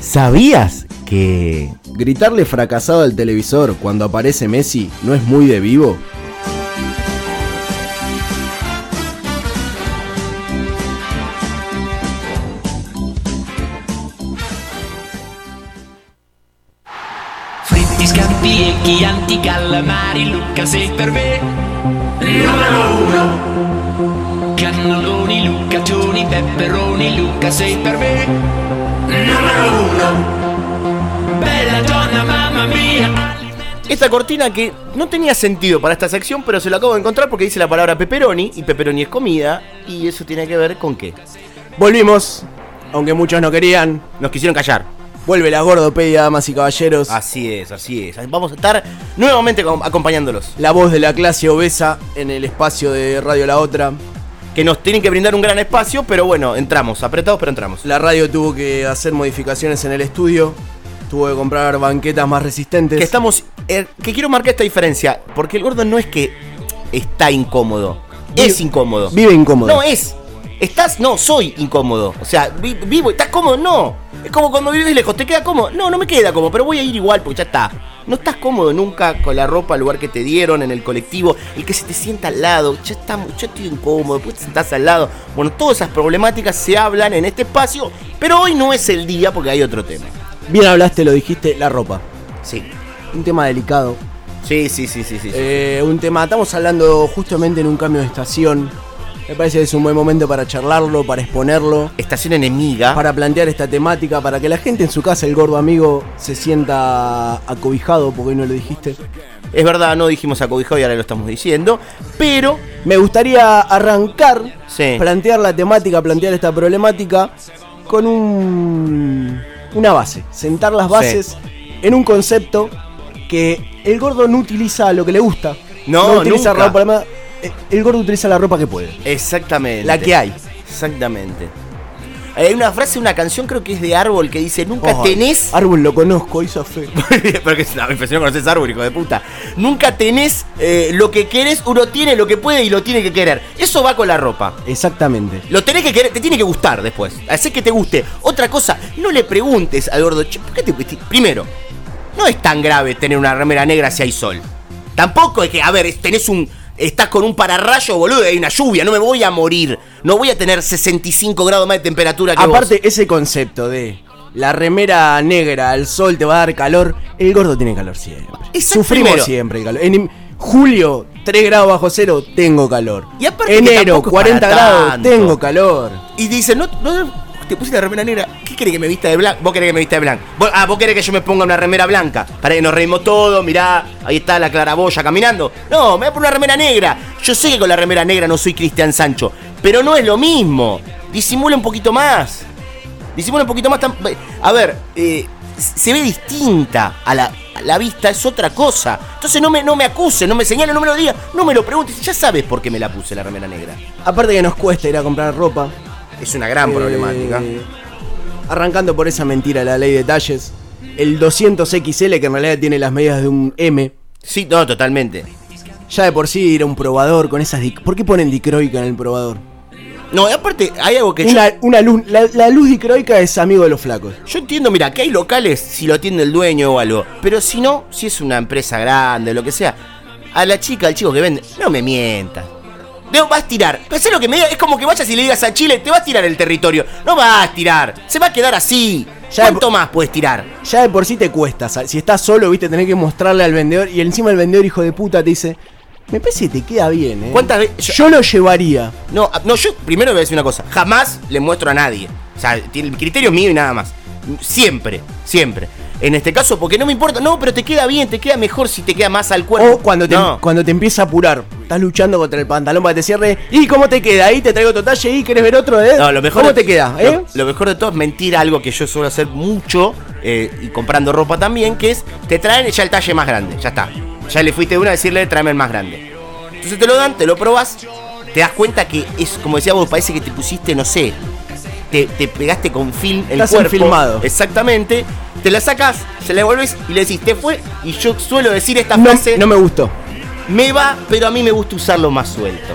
¿Sabías que... Gritarle fracasado al televisor cuando aparece Messi no es muy de vivo. Fritti, scampi e chianti, calamari, Luca sei per me. Numero uno. Cannoloni, lucatoni, pepperoni, Luca sei per me. Numero uno. Bella donna, mamma mia. Esta cortina que no tenía sentido para esta sección, pero se la acabo de encontrar porque dice la palabra pepperoni y pepperoni es comida y eso tiene que ver con qué. Volvimos, aunque muchos no querían. Nos quisieron callar. Vuelve la gordopedia, damas y caballeros. Así es, así es. Vamos a estar nuevamente com- acompañándolos. La voz de la clase obesa en el espacio de Radio La Otra. Que nos tienen que brindar un gran espacio, pero bueno, entramos, apretados, pero entramos. La radio tuvo que hacer modificaciones en el estudio. Tuvo que comprar banquetas más resistentes. Que estamos. eh, que quiero marcar esta diferencia, porque el gordo no es que está incómodo. Es incómodo. Vive incómodo. No eh. es. Estás, no, soy incómodo. O sea, vi- vivo, ¿estás cómodo? No. Es como cuando vives lejos, ¿te queda cómodo? No, no me queda cómodo, pero voy a ir igual porque ya está. No estás cómodo nunca con la ropa, el lugar que te dieron, en el colectivo, el que se te sienta al lado. Ya estamos, yo estoy incómodo, después te sentás al lado. Bueno, todas esas problemáticas se hablan en este espacio, pero hoy no es el día porque hay otro tema. Bien hablaste, lo dijiste, la ropa. Sí. Un tema delicado. Sí, sí, sí, sí, sí. sí. Eh, un tema, estamos hablando justamente en un cambio de estación. Me parece que es un buen momento para charlarlo, para exponerlo, Estación enemiga. para plantear esta temática, para que la gente en su casa, el gordo amigo, se sienta acobijado, porque hoy no lo dijiste. Es verdad, no dijimos acobijado y ahora lo estamos diciendo. Pero Me gustaría arrancar, Sí. plantear la temática, plantear esta problemática con un, una base, sentar las bases en un concepto que el gordo no utiliza lo que le gusta. No, utiliza nunca. ropa, ma- el gordo utiliza la ropa que puede. Exactamente. La que hay. Exactamente. Hay una frase, una canción creo que es de Árbol que dice, nunca Ojo, tenés... Árbol lo conozco, hizo fe. Porque es una impresión conoces Árbol, hijo de puta. Nunca tenés eh, lo que querés, uno tiene lo que puede y lo tiene que querer. Eso va con la ropa. Exactamente. Lo tenés que querer, te tiene que gustar después. Hacer que te guste. Otra cosa, no le preguntes al gordo, "Che, ¿por qué te vestís?". Primero, no es tan grave tener una remera negra si hay sol. Tampoco es que, a ver, es- tenés un. Estás con un pararrayo, boludo, y hay una lluvia, no me voy a morir. No voy a tener 65 grados más de temperatura que Aparte, ese concepto de la remera negra, el sol te va a dar calor, el gordo tiene calor siempre. Exacto, Sufrimos primero. siempre el calor. En julio, 3 grados bajo cero, tengo calor. Y aparte que Enero, tampoco es 40 para grados, tanto. tengo calor. vos. Y dice, no, no. Te pusiste la remera negra. ¿Qué querés que me vista de blanco? ¿Vos querés que me vista de blanco? Vos- ah, vos querés que yo me ponga una remera blanca. Para que nos reímos todos, mirá, ahí está la claraboya caminando. No, me voy a poner una remera negra. Yo sé que con la remera negra no soy Cristian Sancho. Pero no es lo mismo. Disimula un poquito más. Disimula un poquito más. tam- A ver, eh, se ve distinta a la, a la vista, es otra cosa. Entonces no me, no me acuse, no me señale, no me lo diga, no me lo preguntes. Ya sabes por qué me la puse la remera negra. Aparte que nos cuesta ir a comprar ropa. Es una gran Eh, problemática. Arrancando por esa mentira, la ley de talles. El 200XL, que en realidad tiene las medidas de un M. Sí, no, totalmente. Ya de por sí ir a un probador con esas... dic- ¿Por qué ponen dicroica en el probador? No, y aparte, hay algo que yo, Una, una luz, la, la luz dicroica es amigo de los flacos. yo entiendo, mira, que hay locales si lo atiende el dueño o algo, pero si no, si es una empresa grande, lo que sea, a la chica, al chico que vende, no me mientas. No, vas a tirar. Pensé lo que me diga, es como que vayas y le digas a Chile, te vas a tirar el territorio. No vas a tirar, se va a quedar así. Ya- pues- ¿Cuánto más puedes tirar? Ya de por sí te cuesta. sa- Si estás solo, viste, tenés que mostrarle al vendedor. Y encima el vendedor, hijo de puta, te dice: Me parece que te queda bien, ¿eh? ¿Cuántas veces- Yo, yo lo llevaría. No, a- no, yo primero voy a decir una cosa. Jamás le muestro a nadie. O sea, tiene- el criterio es mío y nada más. Siempre, siempre. En este caso, porque no me importa. No, pero te queda bien, te queda mejor si te queda más al cuerpo. O cuando te, em-, No. cuando te empieza a apurar, estás luchando contra el pantalón para que te cierre. ¿Y cómo te queda? Ahí te traigo otro talle. ¿Y querés ver otro? Eh? No, lo mejor ¿Cómo de- te queda? lo- eh? Lo, mejor de todo es mentir algo que yo suelo hacer mucho eh, y comprando ropa también, que es te traen ya el talle más grande, ya está. Ya le fuiste de una a decirle tráeme el más grande. Entonces te lo dan, te lo probas, te das cuenta que es, como decía vos, parece que te pusiste, no sé, te, te pegaste con film el Estás cuerpo. enfilmado. Exactamente. Te la sacas, se la devolves y le decís, te fue. Y yo suelo decir esta No, frase. no me gustó. Me va, pero a mí me gusta usarlo más suelto.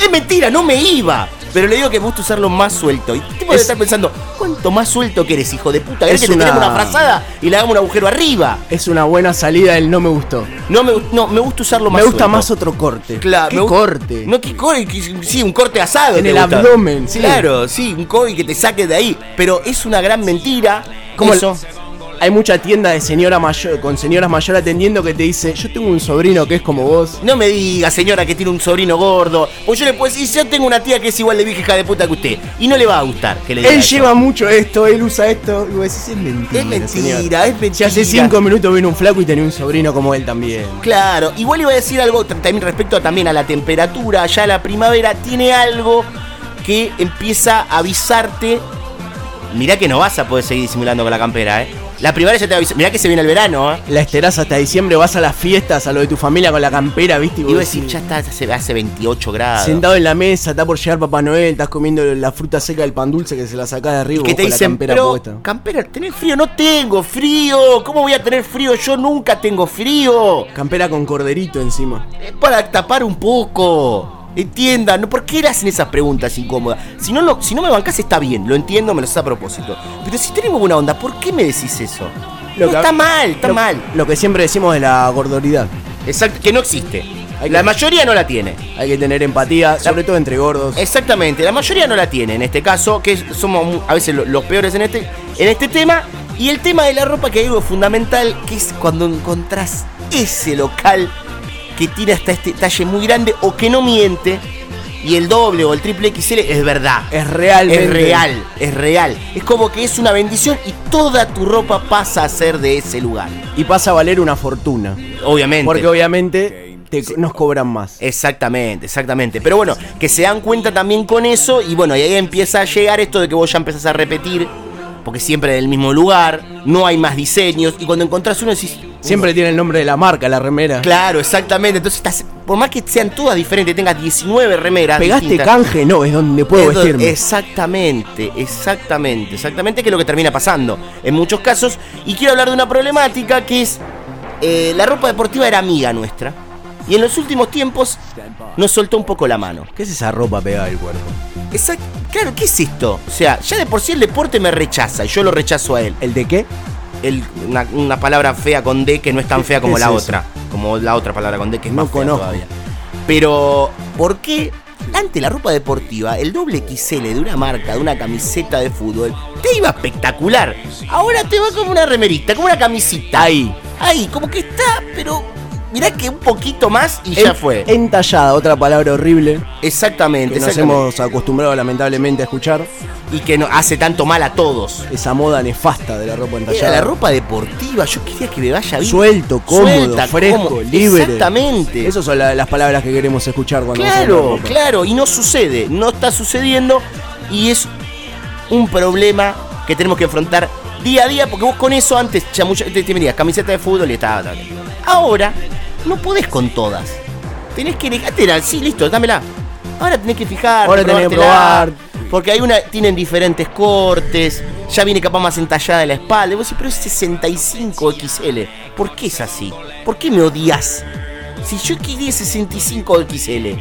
Es mentira, no me iba. Pero le digo que me gusta usarlo más suelto. Y el tipo debe Es- estar pensando, ¿cuánto más suelto que eres, hijo de puta? ¿Querés Es que te tiremos una- una frazada y le hagamos un agujero arriba? Es una buena salida el no me gustó. No me, gust- no, me gusta usarlo más Me gusta suelto. más otro corte. Claro, ¿Qué me gu- corte? No, que corte, que- sí, un corte asado. En te el gusta. abdomen, sí. Claro, sí, un corte que te saque de ahí. Pero es una gran mentira. Como el- eso. Hay mucha tienda de señora mayor, con señoras mayores atendiendo que te dice, yo tengo un sobrino que es como vos. No me diga, señora, que tiene un sobrino gordo. O yo le puedo decir, yo tengo una tía que es igual de vieja hija de puta que usted. Y no le va a gustar que le diga Él eso. lleva mucho esto, él usa esto. Y vos decís, es mentira. Es mentira, señor". es mentira. Si hace cinco minutos vino un flaco y tenía un sobrino como él también. Claro, igual iba a decir algo t- también respecto a, también a la temperatura, ya la primavera tiene algo que empieza a avisarte. Mirá que no vas a poder seguir disimulando con la campera, ¿eh? La primavera ya te avisa, mirá que se viene el verano, ¿eh? La esperás hasta diciembre, vas a las fiestas, a lo de tu familia con la campera, ¿viste? Y Iba a vos decir, decís, ya está, hace, hace 28 grados. Sentado en la mesa, está por llegar Papá Noel, estás comiendo la fruta seca del pan dulce que se la saca de arriba que vos te con la dicen, campera pero, puesta". campera, ¿tenés frío? No tengo frío. ¿Cómo voy a tener frío? Yo nunca tengo frío. Campera con corderito encima. Es para tapar un poco. Entiendan, ¿no? ¿por qué le hacen esas preguntas incómodas? Si no, lo- si no me bancás está bien, lo entiendo, me lo haces a propósito. Pero si tenemos buena onda, ¿por qué me decís eso? Lo No, que- está mal, está lo- mal. Lo que siempre decimos de la gordoridad. Exacto, que no existe. Hay La que- mayoría no la tiene. Hay que tener empatía, sobre todo entre gordos. Exactamente, la mayoría no la tiene en este caso, que somos mu- a veces lo- los peores en este, en este tema. Y el tema de la ropa que hay algo fundamental, que es cuando encontrás ese local que tiene hasta este talle muy grande o que no miente, y el doble o el triple XL es verdad. Es realmente. Es real, es real. Es como que es una bendición y toda tu ropa pasa a ser de ese lugar. Y pasa a valer una fortuna. Obviamente. Porque obviamente te- nos cobran más. Exactamente, exactamente. Pero bueno, que se dan cuenta también con eso y bueno, y ahí empieza a llegar esto de que vos ya empezás a repetir, porque siempre del mismo lugar, no hay más diseños y cuando encontrás uno decís... Siempre tiene el nombre de la marca, la remera. Claro, exactamente. Entonces estás, por más que sean todas diferentes, tengas 19 remeras. ¿Pegaste distintas, canje? No, es donde puedo es do- vestirme. Exactamente, exactamente, exactamente, que es lo que termina pasando en muchos casos. Y quiero hablar de una problemática que es, eh, la ropa deportiva era amiga nuestra y en los últimos tiempos nos soltó un poco la mano. ¿Qué es esa ropa pegada al cuerpo? Exacto. Claro, ¿qué es esto? O sea, ya de por sí el deporte me rechaza y yo lo rechazo a él. ¿El de qué? El- una, una palabra fea con D que no es tan fea como es la eso? otra. Como la otra palabra con D que es No más fea conozco. todavía. Pero, ¿por qué? Ante la ropa deportiva, el doble XL de una marca, de una camiseta de fútbol, te iba espectacular. Ahora te va como una remerita, como una camisita. Ahí. Ahí, como que está, pero mirá que un poquito más y ya En- fue. Entallada, otra palabra horrible exactamente, que nos exactamente. hemos acostumbrado lamentablemente a escuchar. Y que no, hace tanto mal a todos. Esa moda nefasta de la ropa entallada. Era la ropa deportiva, yo quería que me vaya bien. Suelto, cómodo, Suelta, fresco, cómodo. libre. Exactamente. Esas son la- las palabras que queremos escuchar cuando usamos claro, ropa. claro, y no sucede, no está sucediendo y es un problema que tenemos que enfrentar día a día porque vos con eso antes ya mucha te, te venías camiseta de fútbol y estaba tal. Ahora no podés con todas. Tenés que elegir, sí, listo, dámela. Ahora tenés que fijar, Ahora tenés que porque hay una tienen diferentes cortes, ya viene capaz más entallada de la espalda. Y vos decís, pero es 65 XL. ¿Por qué es así? ¿Por qué me odias? Si yo quería 65 XL,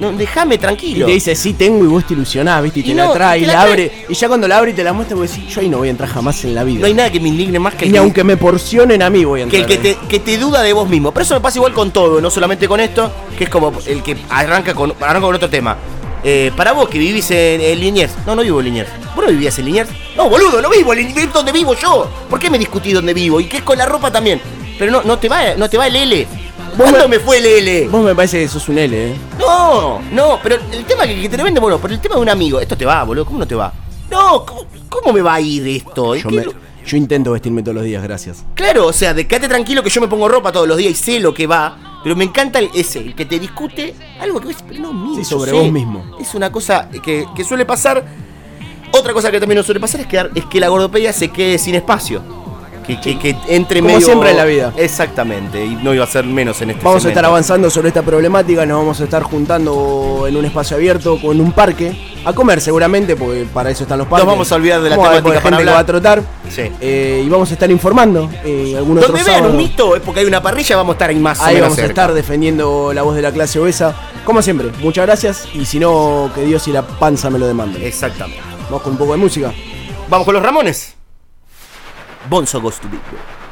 no, déjame Y tranquilo. te dice, sí, tengo y vos te ilusionás, ¿viste? Y, Y te no, la trae y y, te la la trae. abre. Y ya cuando la abre y te la muestra, vos decís, yo ahí no voy a entrar jamás en la vida. No hay nada que me indigne más que el Ni que- aunque me porcionen a mí voy a que, entrar. ¿eh? el que, te, que te duda de vos mismo. Pero eso me pasa igual con todo, no solamente con esto, que es como el que arranca con, arranca con otro tema. Eh, para vos que vivís en, en Liniers. No, no vivo en Liniers. ¿Vos no vivías en Liniers? No, boludo, no vivo en Liniers donde vivo yo. ¿Por qué me discutí donde vivo? Y que es con la ropa también. Pero no, no te va, no te va el L. ¿Cuándo me fue el L? Vos me parece que sos un L, ¿eh? No, no, pero el tema que, que te lo vende, bueno, pero el tema de un amigo, esto te va, boludo, ¿cómo no te va? No, ¿cómo, cómo me va a ir esto? ¿En Yo, qué me- lu- yo intento vestirme todos los días, gracias. Claro, o sea, de quédate tranquilo que yo me pongo ropa todos los días y sé lo que va. Pero me encanta el, ese, el que te discute algo que ves, pero no mío. Sí, yo sobre sé. vos mismo. Es una cosa que, que suele pasar. Otra cosa que también nos suele pasar es que, es que la gordopedia se quede sin espacio. Que, que- que entre Como medio. siempre en la vida. Exactamente, y no iba a ser menos en este Vamos a segmento. estar avanzando sobre esta problemática, nos vamos a estar juntando en un espacio abierto con un parque a comer seguramente, porque para eso están los parques. vamos a olvidar de la Vamos a ver por temática la gente para que va a hablar. trotar. Sí. Eh, y vamos a estar informando eh, algún otro Donde vean sábado. un mito es porque hay una parrilla, vamos a estar ahí más o Ahí menos vamos a cerca. estar defendiendo la voz de la clase obesa. Como siempre, muchas gracias. Y si no, que Dios y la panza me lo demanden. Eh. Exactamente. Vamos con un poco de música. Vamos con los Ramones. Bonzo Goes to Big Bro.